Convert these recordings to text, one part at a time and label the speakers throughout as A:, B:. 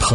A: 他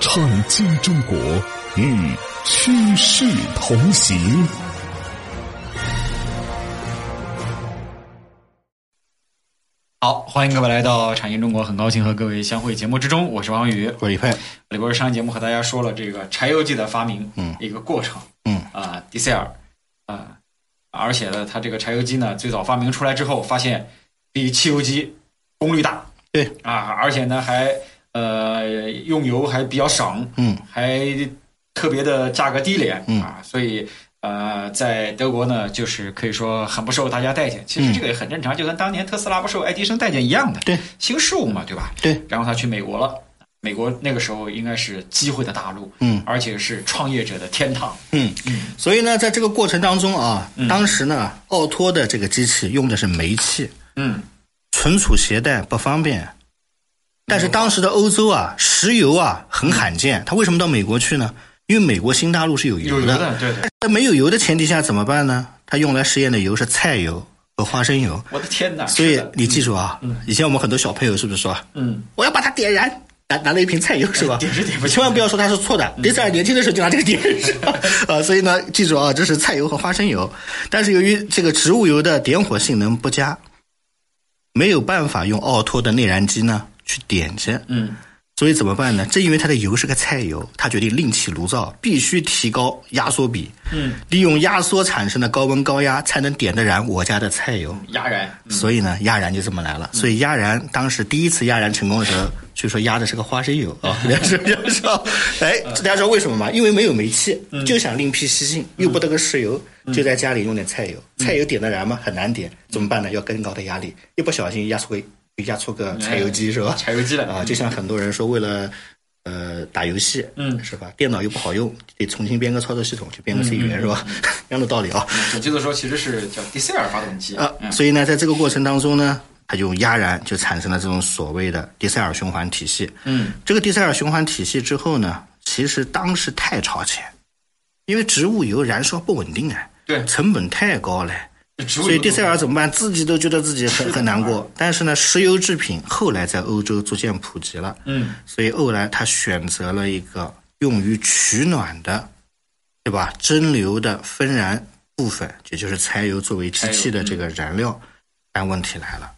A: 产经中国与趋势同行。
B: 好，欢迎各位来到《产业中国》，很高兴和各位相会节目之中，我是王宇。
C: 我李佩，
B: 李博士上一节目和大家说了这个柴油机的发明，
C: 嗯，
B: 一个过程，
C: 嗯
B: 啊、迪塞尔，啊、而且呢，它这个柴油机呢，最早发明出来之后，发现比汽油机功率大，
C: 对
B: 啊，而且呢还呃用油还比较省，
C: 嗯，
B: 还特别的价格低廉，
C: 嗯
B: 啊，所以。呃，在德国呢，就是可以说很不受大家待见。其实这个也很正常，就跟当年特斯拉不受爱迪生待见一样的。
C: 嗯对，
B: 新事物嘛，对吧？
C: 对。
B: 然后他去美国了，美国那个时候应该是机会的大陆，
C: 嗯
B: 而且是创业者的天堂。
C: 嗯，所以呢，在这个过程当中啊，
B: 嗯
C: 当时呢，奥托的这个机器用的是煤气，
B: 嗯，
C: 存储携带不方便。但是当时的欧洲啊，石油啊很罕见，它为什么到美国去呢？因为美国新大陆是有
B: 有
C: 油
B: 油
C: 的，
B: 的，对对。
C: 在没有油的前提下怎么办呢？它用来实验的油是菜油和花生油，
B: 我的天哪！
C: 所以
B: 是的
C: 你记住啊，以前我们很多小朋友是不是说，
B: 嗯，
C: 我要把它点燃，拿拿了一瓶菜油是吧？
B: 哎点是点不起来嗯
C: 千万不要说它是错的。迪塞尔年轻的时候就拿这个点燃 是吧？啊，所以呢，记住啊，这是菜油和花生油。但是由于这个植物油的点火性能不佳，没有办法用奥托的内燃机呢去点着。
B: 嗯，
C: 所以怎么办呢？正因为它的油是个菜油，他决定另起炉灶，必须提高压缩比。
B: 嗯，
C: 利用压缩产生的高温高压才能点得燃我家的菜油。
B: 压燃，嗯
C: 所以呢，压燃就这么来了。所以压燃当时第一次压燃成功的时候，据说压的是个花生油 啊，人家说人家说，哎，
B: 嗯
C: 大家知道为什么吗？因为没有煤气，就想另辟蹊径，又不得个石油，
B: 嗯
C: 就在家里用点菜油。菜油点得燃吗？很难点，怎么办呢？要更高的压力，一不小心压出个压出个柴油机是吧？
B: 哎柴油机了
C: 啊，就像很多人说为了。呃，打游戏，
B: 嗯
C: 是吧？电脑又不好用，得重新编个操作系统，去编个 C 语
B: 嗯
C: 言，是吧？ 一样的道理啊。
B: 准确的说其实是叫迪塞尔发动机
C: 啊，
B: 嗯
C: 所以呢，在这个过程当中呢，它就压燃，就产生了这种所谓的迪塞尔循环体系。
B: 嗯，
C: 这个迪塞尔循环体系之后呢，其实当时太超前，因为植物油燃烧不稳定啊，
B: 对
C: 成本太高了。
B: 植物
C: 所以
B: 油
C: 迪塞尔怎么办？自己都觉得自己很很难过。但是呢，石油制品后来在欧洲逐渐普及了，
B: 嗯，
C: 所以后来他选择了一个用于取暖的，对吧？蒸馏的分燃部分，也就是柴油作为机器的这个燃
B: 嗯
C: 料。但问题来了，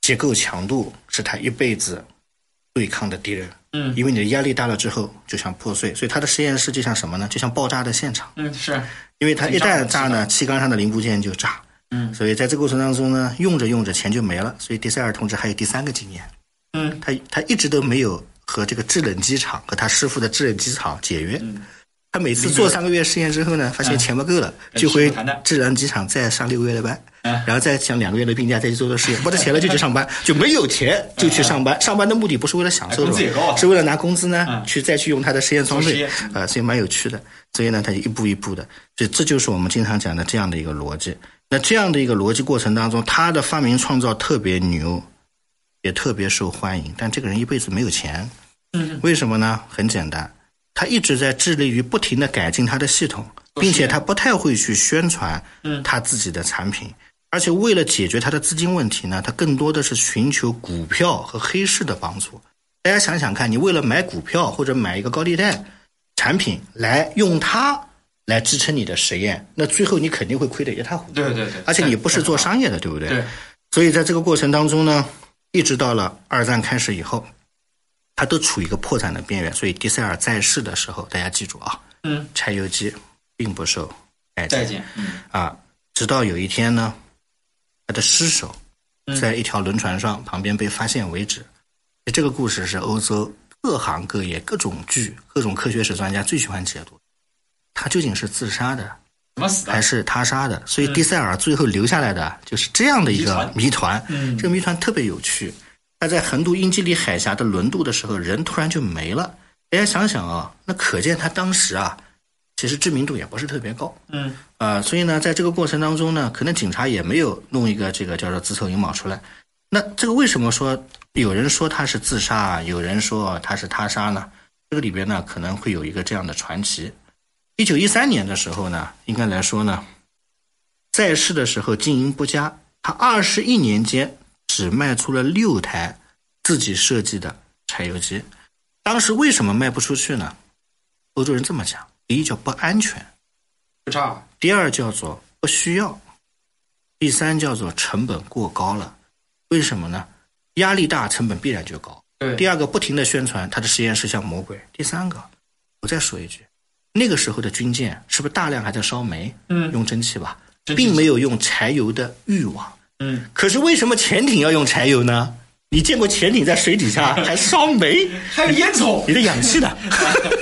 C: 结构强度是他一辈子对抗的敌人。
B: 嗯，
C: 因为你的压力大了之后就想破碎，所以他的实验室就像什么呢？就像爆炸的现场。
B: 嗯是
C: 因为它一旦
B: 挺炸
C: 炸
B: 的
C: 呢，气缸上的零部件就炸。
B: 嗯，
C: 所以在这个过程当中呢，用着用着钱就没了。所以迪塞尔同志还有第三个经验，
B: 嗯，
C: 他他一直都没有和这个制冷机厂和他师傅的制冷机厂解约。他每次做三个月试验之后呢，发现钱不够了，
B: 嗯
C: 就回
B: 去谈谈
C: 制冷机厂再上六个月的班，
B: 嗯
C: 然后再请两个月的病假再去做做试验，没得钱了就去上班，就没有钱就去上班。上班的目的不是为了享
B: 嗯
C: 受，
B: 哎工资也高啊
C: 是为了拿工资呢
B: 嗯，
C: 去再去用他的实验装
B: 做实
C: 备
B: 验，
C: 呃，所以蛮有趣的。所以呢，它就一步一步的，所以这就是我们经常讲的这样的一个逻辑。那这样的一个逻辑过程当中，他的发明创造特别牛，也特别受欢迎，但这个人一辈子没有钱，
B: 嗯，
C: 为什么呢？很简单，他一直在致力于不停的改进他的系统，
B: 实
C: 并
B: 验
C: 且他不太会去宣传
B: 嗯
C: 他自己的产品。而且为了解决他的资金问题呢，他更多的是寻求股票和黑市的帮助。大家想想看，你为了买股票或者买一个高利贷产品来用它来支撑你的实验，那最后你肯定会亏得一塌糊涂。
B: 对对对
C: 而且你不是做商业的，对不对？
B: 对。
C: 所以在这个过程当中呢，一直到了二战开始以后，它都处于一个破产的边缘。所以迪塞尔在世的时候，大家记住啊，
B: 嗯，
C: 柴油机并不受待见
B: 再见，嗯
C: 啊。直到有一天呢，他的尸首
B: 嗯
C: 在一条轮船上旁边被发现为止。这个故事是欧洲各行各业、各种剧、各种科学史专家最喜欢解读。他究竟是自杀的，
B: 怎么死的
C: 还？是他杀
B: 嗯
C: 的，所以迪塞尔最后留下来的就是这样的一个谜团。
B: 嗯
C: 这个谜团特别有趣。他在横渡英吉利海峡的轮渡的时候，人突然就没了，大家想想啊，那可见他当时啊，其实知名度也不是特别高。
B: 嗯，
C: 啊、所以呢，在这个过程当中呢，可能警察也没有弄一个这个叫做自投银网出来。那这个为什么说有人说他是自杀，有人说他是他杀呢？这个里边呢，可能会有一个这样的传奇。一九一三年的时候呢，应该来说呢，在世的时候经营不佳，他二十一年间只卖出了六台自己设计的柴油机。当时为什么卖不出去呢？欧洲人这么讲：第一叫不安全，
B: 不差，
C: 第二叫做不需要，第三叫做成本过高了。为什么呢？压力大，成本必然就高。
B: 对
C: 第二个，不停的宣传他的实验室像魔鬼。第三个，我再说一句，那个时候的军舰是不是大量还在烧煤？
B: 嗯
C: 用蒸汽吧，
B: 蒸汽
C: 并没有用柴油的欲望。
B: 嗯，
C: 可是为什么潜艇要用柴油呢？你见过潜艇在水底下还烧煤？
B: 还有烟囱，
C: 你的 氧气呢？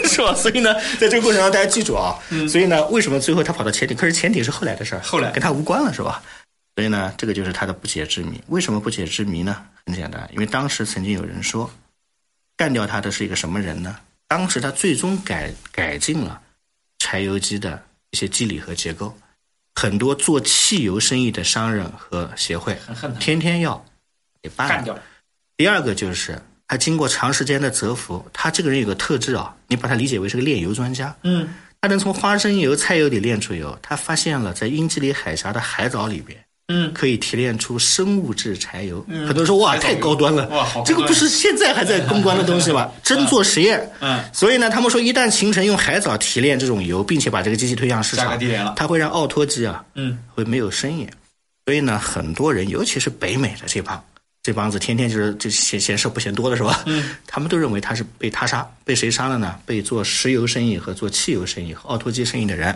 C: 是吧？所以呢，在这个过程中，大家记住啊。所以呢，为什么最后他跑到潜艇？可是潜艇是后来的事儿，
B: 嗯后来
C: 跟他无关了，是吧？所以呢，这个就是他的不解之谜。为什么不解之谜呢？很简单，因为当时曾经有人说，干掉他的是一个什么人呢？当时他最终改改进了柴油机的一些机理和结构，很多做汽油生意的商人和协会
B: 恨他
C: 天天要给办
B: 干掉。
C: 第二个就是他经过长时间的蛰伏，他这个人有个特质啊，你把他理解为是个炼油专家。
B: 嗯，
C: 他能从花生油、菜油里炼出油。他发现了在英吉利海峡的海藻里边，
B: 嗯，
C: 可以提炼出生物质柴油。很多人说哇，
B: 海藻油
C: 太高端了，
B: 哇好高端
C: 这个不是现在还在攻关的东 西吗？真做实验。
B: 嗯
C: 所以呢，他们说一旦形成用海藻提炼这种油，并且把这个机器推向市
B: 价
C: 场
B: 格低廉了，
C: 它会让奥托机啊，
B: 嗯，
C: 会没有生意。所以呢，很多人，尤其是北美的这帮这帮子，天天就是就嫌嫌事不嫌多的是吧？嗯，他们都认为他是被他杀，被谁杀了呢？被做石油生意和做汽油生意和奥托机生意的人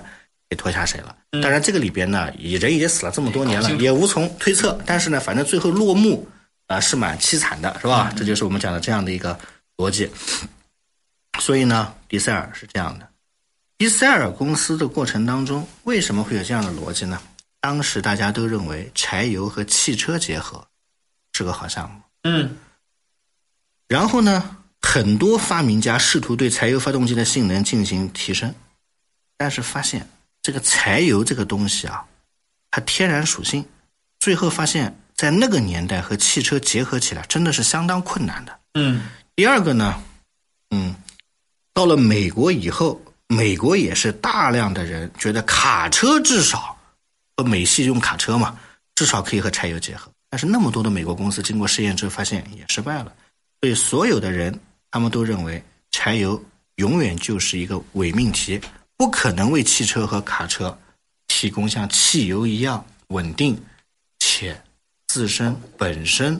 C: 给拖下水了。当然，这个里边呢，也人也死了这么多年了，也无从推测。但是呢，反正最后落幕啊、是蛮凄惨的，是吧？这就是我们讲的这样的一个逻辑。所以呢，迪塞尔是这样的。迪塞尔公司的过程当中，为什么会有这样的逻辑呢？当时大家都认为柴油和汽车结合是个好项目。
B: 嗯，
C: 然后呢，很多发明家试图对柴油发动机的性能进行提升，但是发现这个柴油这个东西啊，它天然属性，最后发现在那个年代和汽车结合起来真的是相当困难的。
B: 嗯，
C: 第二个呢，嗯，到了美国以后，美国也是大量的人觉得卡车至少，呃，美系用卡车嘛，至少可以和柴油结合。但是那么多的美国公司经过试验之后，发现也失败了。所以所有的人他们都认为柴油永远就是一个伪命题，不可能为汽车和卡车提供像汽油一样稳定且自身本身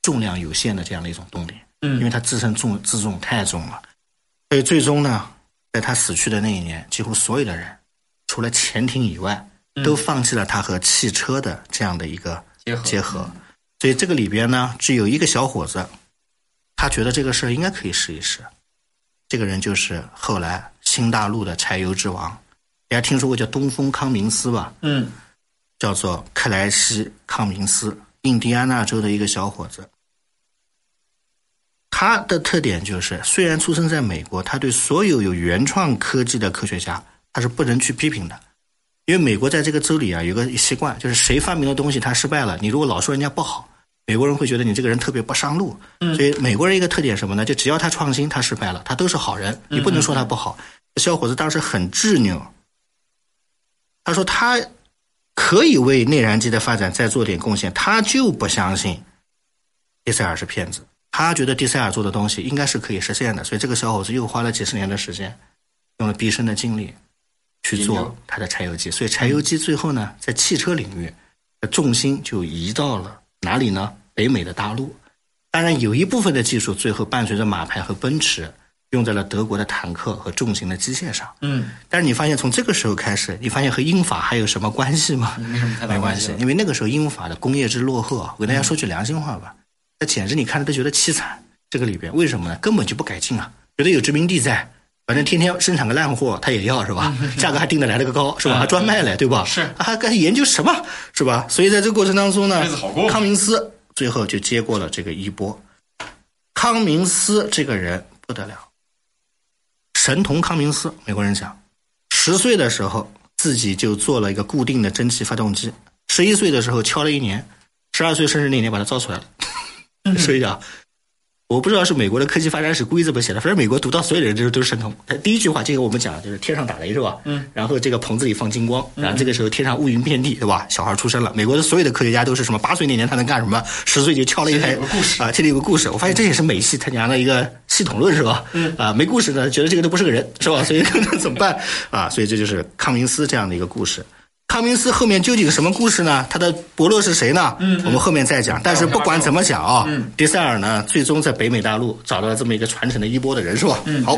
C: 重量有限的这样的一种动力，
B: 嗯
C: 因为它自身重自重太重了，所以最终呢，在他死去的那一年，几乎所有的人，除了潜艇以外，都放弃了他和汽车的这样的一个
B: 嗯结合
C: 结合，所以这个里边呢，只有一个小伙子，他觉得这个事儿应该可以试一试，这个人就是后来新大陆的柴油之王，大家听说过叫东风康明斯吧？
B: 嗯，
C: 叫做克莱西·康明斯，印第安纳州的一个小伙子。他的特点就是，虽然出生在美国，他对所有有原创科技的科学家，他是不能去批评的，因为美国在这个州里啊有个习惯，就是谁发明的东西他失败了，你如果老说人家不好，美国人会觉得你这个人特别不上路。所以美国人一个特点是什么呢？就只要他创新，他失败了，他都是好人，你不能说他不好。这小伙子当时很执拗，他说他可以为内燃机的发展再做点贡献，他就不相信迪塞尔是骗子，他觉得迪塞尔做的东西应该是可以实现的，所以这个小伙子又花了几十年的时间，用了毕生的精力去
B: 研
C: 做
B: 究
C: 他的柴油机，所以柴油机最后呢，在汽车领域的重心就移到了哪里呢？北美的大陆。当然，有一部分的技术最后伴随着马牌和奔驰，用在了德国的坦克和重型的机械上。
B: 嗯，
C: 但是你发现从这个时候开始，你发现和英法还有什么关系吗？
B: 没什么太大关
C: 没关
B: 系
C: 系
B: 了，
C: 因为那个时候英法的工业之落后啊，我跟大家说句良心话吧，那简直你看着都觉得凄惨。这个里边为什么呢？根本就不改进啊，觉得有殖民地在，反正天天生产个烂货他也要 是吧？价格还定的来了个高是吧？还专卖嘞对吧？啊
B: 是
C: 还还研究什么是吧？所以在这个过程当中呢
B: 日子好过，
C: 康明斯最后就接过了这个衣钵。康明斯这个人不得了，神童康明斯，美国人讲，十岁的时候自己就做了一个固定的蒸汽发动机，十一岁的时候敲了一年，十二岁生日那年把它造出来了。 所以啊，我不知道是美国的科技发展史故意这么写的，反正美国读到所有的人都都是神童。他第一句话，这个我们讲的就是天上打雷是吧？嗯。然后这个棚子里放金光，
B: 嗯
C: 然后这个时候天上乌云遍地对吧？小孩出生了。美国的所有的科学家都是什么八岁那年他能干什么，十岁就敲了一
B: 这里有
C: 台
B: 个故事
C: 啊，这里有个故事。我发现这也是美系他娘的一个系统论是吧？嗯。啊，没故事呢，觉得这个都不是个人是 吧？所以怎么办啊？所以这就是康明斯这样的一个故事。康明斯后面究竟什么故事呢？他的伯乐是谁呢？嗯，我们后面再讲。但是不管怎么讲啊，迪塞尔呢，最终在北美大陆找到了这么一个传承的衣钵的人，是吧？嗯，好，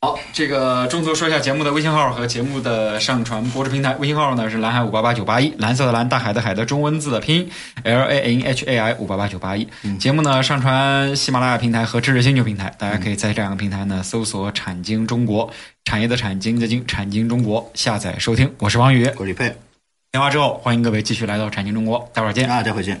B: 好，这个中途说一下节目的微信号和节目的上传播出平台。微信号呢是蓝海五八八九八一，蓝色的蓝，大海的海的中文字的拼音 L A N H A I 五八八九八一。节目呢上传喜马拉雅平台和知识星球平台，大家可以在这两个平台呢搜索“产经中国”，产业的产，经济的经，产经中国下载收听。我是王宇，
C: 我是李佩
B: 电话之后欢迎各位继续来到产经中国，待会儿见。
C: 啊，待会儿见。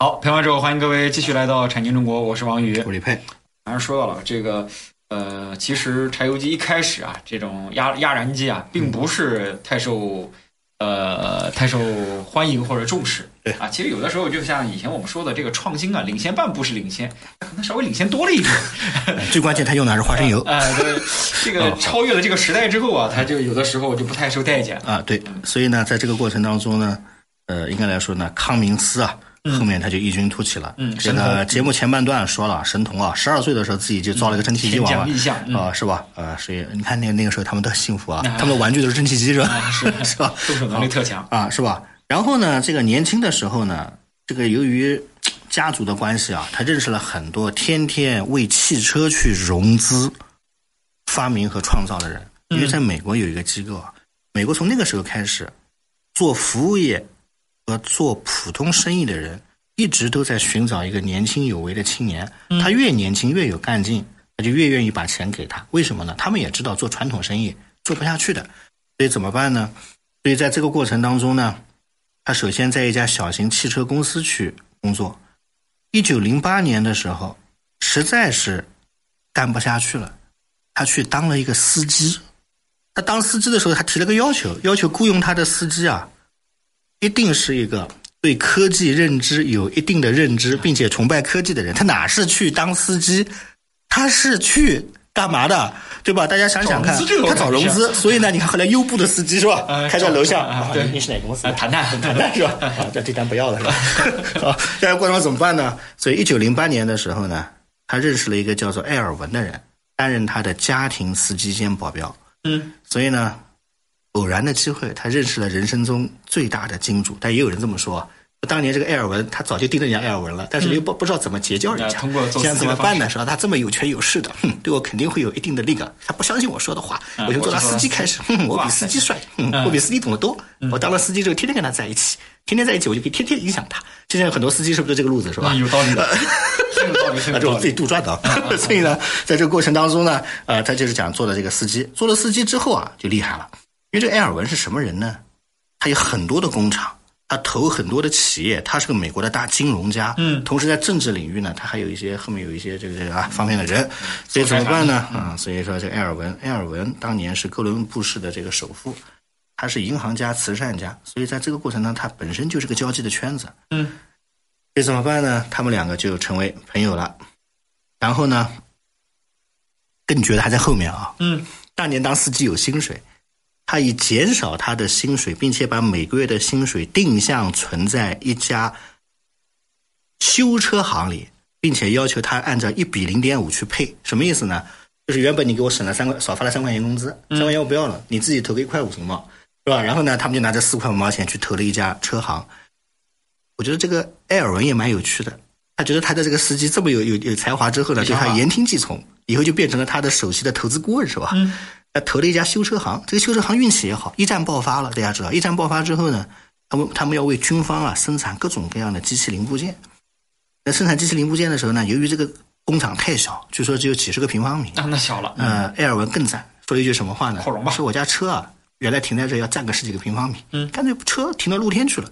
B: 好，评完之后欢迎各位继续来到产经中国，我是王宇，
C: 我是李佩，
B: 刚才说到了这个，呃，其实柴油机一开始啊，这种压压燃机啊，
C: 嗯
B: 并不是太受呃太受欢迎或者重视。
C: 对
B: 啊，其实有的时候就像以前我们说的这个创新啊，领先半步是领先，可能稍微领先多了 一点。
C: 最关键他用的还是花生油
B: 啊、对，这个
C: 哦
B: 超越了这个时代之后啊，它就有的时候就不太受待见了。
C: 啊，对，所以呢，在这个过程当中呢，呃，应该来说呢，康明斯啊。后面他就异军突起了。
B: 嗯
C: 这
B: 神
C: 个
B: 童
C: 节目前半段说了，神童啊，十二岁的时候自己就造了一个蒸汽机
B: 天
C: 玩
B: 降
C: 玩
B: 异象嗯
C: 啊，是吧？啊，所以你看那那个时候他们都很幸福啊，他们的玩具都是蒸汽机是吧？
B: 啊是
C: 是吧？
B: 动手能力特强。
C: 啊，是吧？然后呢，这个年轻的时候呢，这个由于家族的关系啊，他认识了很多天天为汽车去融资、发明和创造的人。因为在美国有一个机构啊，美国从那个时候开始，做服务业和做普通生意的人，一直都在寻找一个年轻有为的青年。他越年轻越有干劲，他就越愿意把钱给他。为什么呢？他们也知道做传统生意做不下去的，所以怎么办呢？所以在这个过程当中呢，他首先在一家小型汽车公司去工作。一九零八年的时候，实在是干不下去了，他去当了一个司机。他当司机的时候，他提了个要求，要求雇佣他的司机啊，一定是一个对科技认知有一定的认知，并且崇拜科技的人。他哪是去当司机？他是去干嘛的？对吧？大家想想看
B: 找融资这，个我
C: 他
B: 感觉
C: 找融资， 所以呢，你看后来优步的司机是吧？
B: 呃
C: 开在楼下，
B: 找啊
C: 啊
B: 对
C: 你是哪个公司
B: 啊，
C: 的？
B: 谈呃谈谈谈
C: 是吧？啊，这这单 不要了是吧？啊，这过程中怎么办呢？所以一九零八年的时候呢，他认识了一个叫做艾尔文的人，担任他的家庭司机兼保镖。
B: 嗯，
C: 所以呢，偶然的机会，他认识了人生中最大的金主。但也有人这么说啊。当年这个艾尔文，他早就盯着人家艾尔文了，但是又不、不知道怎么结交人
B: 啊
C: 家，
B: 嗯通过做
C: 想
B: 司机
C: 怎么
B: 的方
C: 办呢？说他这么有权有势的，哼，对我肯定会有一定的那个。他不相信我说的话，我
B: 嗯
C: 就
B: 我
C: 做
B: 就
C: 他
B: 做
C: 司
B: 他
C: 机
B: 司
C: 开始，哼，我
B: 哇嗯
C: 比
B: 塞
C: 司机帅，哼，我比司机懂得多。我当了司机之后，天天跟他在一起，天天在一起，我就可以天天影响他。现在有很多司机是不是这个路子是吧？
B: 嗯有道理的，很有道理，很
C: 啊，
B: 有
C: 这我
B: 道
C: 自己
B: 理。
C: 杜撰的。啊。所以呢，在这个过程当中呢，呃，他就是讲做了这个司机，做了司机之后啊，就厉害了。因为这个艾尔文是什么人呢？他有很多的工厂，他投很多的企业，他是个美国的大金融家。嗯，同时在政治领域呢，他还有一些后面有一些这个这个啊方面的人，所以怎么办呢？啊，所以说这个艾尔文，艾尔文当年是哥伦布市的这个首富。他是银行家、慈善家，所以在这个过程当中，他本身就是个交际的圈子。
B: 嗯，
C: 所以怎么办呢？他们两个就成为朋友了。然后呢，更觉得还在后面啊。
B: 嗯，
C: 当年当司机有薪水，他以减少他的薪水，并且把每个月的薪水定向存在一家修车行里，并且要求他按照一比零点五去配。什么意思呢？就是原本你给我省了三块，少发了三块钱工资，三块钱我不要了，你自己投个一块五行吗？是吧？然后呢，他们就拿这四块五毛钱去投了一家车行。我觉得这个艾尔文也蛮有趣的，他觉得他的这个司机这么有有有才华之后呢，对他言听计从，以后就变成了他的首席的投资顾问，是吧？嗯。他投了一家修车行，这个修车行运气也好，一战爆发了，大家知道，一战爆发之后呢，他们他们要为军方啊生产各种各样的机器零部件。那生产机器零部件的时候呢，由于这个工厂太小，据说只有几十个平方米，
B: 啊那那小了，
C: 呃，埃尔文更赞，说了一句什么话呢
B: 扩容吧？
C: 说我家车啊，原来停在这要占个十几个平方米，嗯，干脆车停到露天去了。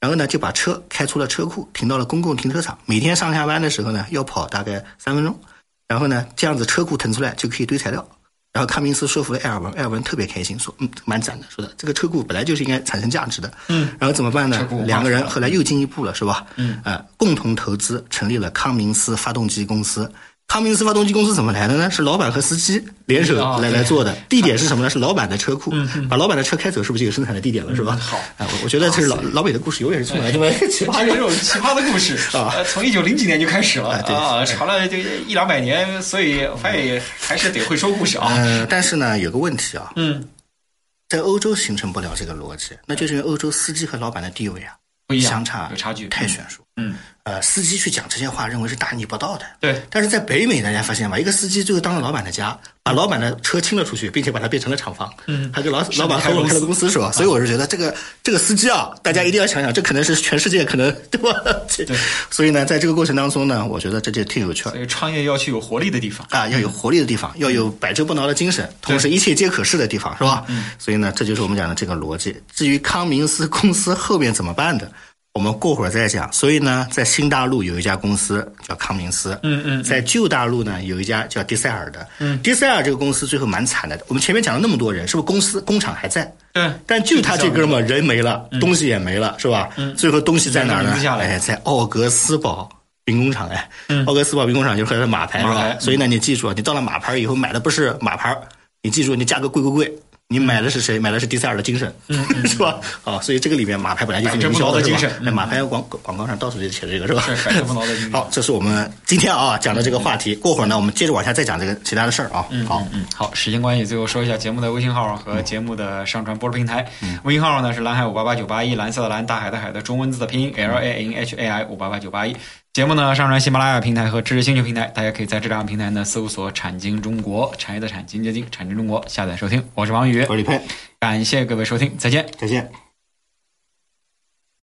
C: 然后呢，就把车开出了车库，停到了公共停车场。每天上下班的时候呢，要跑大概三分钟。然后呢，这样子车库腾出来就可以堆材料。然后康明斯说服了埃尔文，埃尔文特别开心，说：“嗯，蛮赞的。”说的这个车库本来就是应该产生价值的。嗯。然后怎么办
B: 车
C: 呢
B: 库？
C: 两个人后来又进一步了，是吧？嗯。呃，共同投资成立了康明斯发动机公司。康明斯发动机公司怎么来的呢？是老板和司机联手
B: 哦对
C: 来
B: 嗯
C: 来 做的。地点是什么呢？是老板的车库。把老板的车开走，是不是就有生产的地点了？是吧？
B: 好哎
C: 哎，我我觉得这是老老北的故事，永远是充满了这么 奇葩
B: 这
C: 人
B: 种奇葩的故事
C: 啊
B: 呃从一九零几年就开始了
C: 对嗯
B: 啊，传了就一两百年，所以发现也还是得会说故事啊。
C: 嗯，但是呢，有个问题啊，
B: 嗯，
C: 在欧洲形成不了这个逻辑，那就是因为欧洲司机和老板的地位啊
B: 不一样，
C: 相差
B: 有差距，
C: 太悬殊。
B: 嗯，
C: 呃，司机去讲这些话，认为是大逆不道的。
B: 对，
C: 但是在北美，大家发现吧，一个司机最后当了老板的家，把老板的车清了出去，并且把它变成了厂房，嗯，还给老老板合伙开了公司是
B: 嗯
C: 吧？所以我是觉得这个这个司机啊，大家一定要想想，这可能是全世界可能对吧？这
B: 对
C: 所以呢，在这个过程当中呢，我觉得这就挺有趣 儿
B: 所以创业要去有活力的地方。
C: 啊，要有活力的地方，要有百折不挠的精神，同时一切皆可是的地方，是吧？所以呢，这就是我们讲的这个逻辑。至于康明斯公司后面怎么办的，我们过会儿再讲。所以呢，在新大陆有一家公司叫康明斯，嗯嗯，在旧大陆呢有一家叫迪塞尔的，嗯，迪塞尔这个公司最后蛮惨的。我们前面讲了那么多人，是不是公司工厂还在？
B: 对，
C: 但就他这哥
B: 嗯
C: 们儿人没了，东西也没了，是吧？最后东西在哪儿
B: 名
C: 呢
B: 字下？来嗯
C: 哎，在奥格斯堡兵工厂哎，奥格斯堡兵工厂就是它的马牌是
B: 马牌嗯
C: 吧？所以呢，你记住啊，你到了马牌以后买的不是马牌，你记住你价格贵贵贵。你
B: 嗯
C: 买的是谁？买的是第塞尔的精神，是吧？啊，所以这个里面马牌本来就是
B: 百折
C: 营
B: 嗯不
C: 销
B: 挠的
C: 是
B: 精
C: 吧
B: 神嗯
C: 那哎马牌广广告上到处就写这个，是吧？
B: 是百折不挠的精神
C: 好，这是我们今天啊讲的这个话题。过会儿呢，我们接着往下再讲这个其他的事儿啊。好，
B: 嗯，好，时间关系，最后说一下节目的微信号啊和
C: 嗯
B: 节目的上传播出平台。微信号呢是蓝海五八八九八一，蓝色的蓝，大海的海的中文字的拼音
C: 嗯
B: L A N H A I 五八八九八一。节目呢上传喜马拉雅平台和知识星球平台，大家可以在这两个平台呢搜索“产经中国”，产业的产，经济的经，产经中国下载收听。我是王宇
C: 我，是李佩，
B: 感谢各位收听，再见。
C: 再见。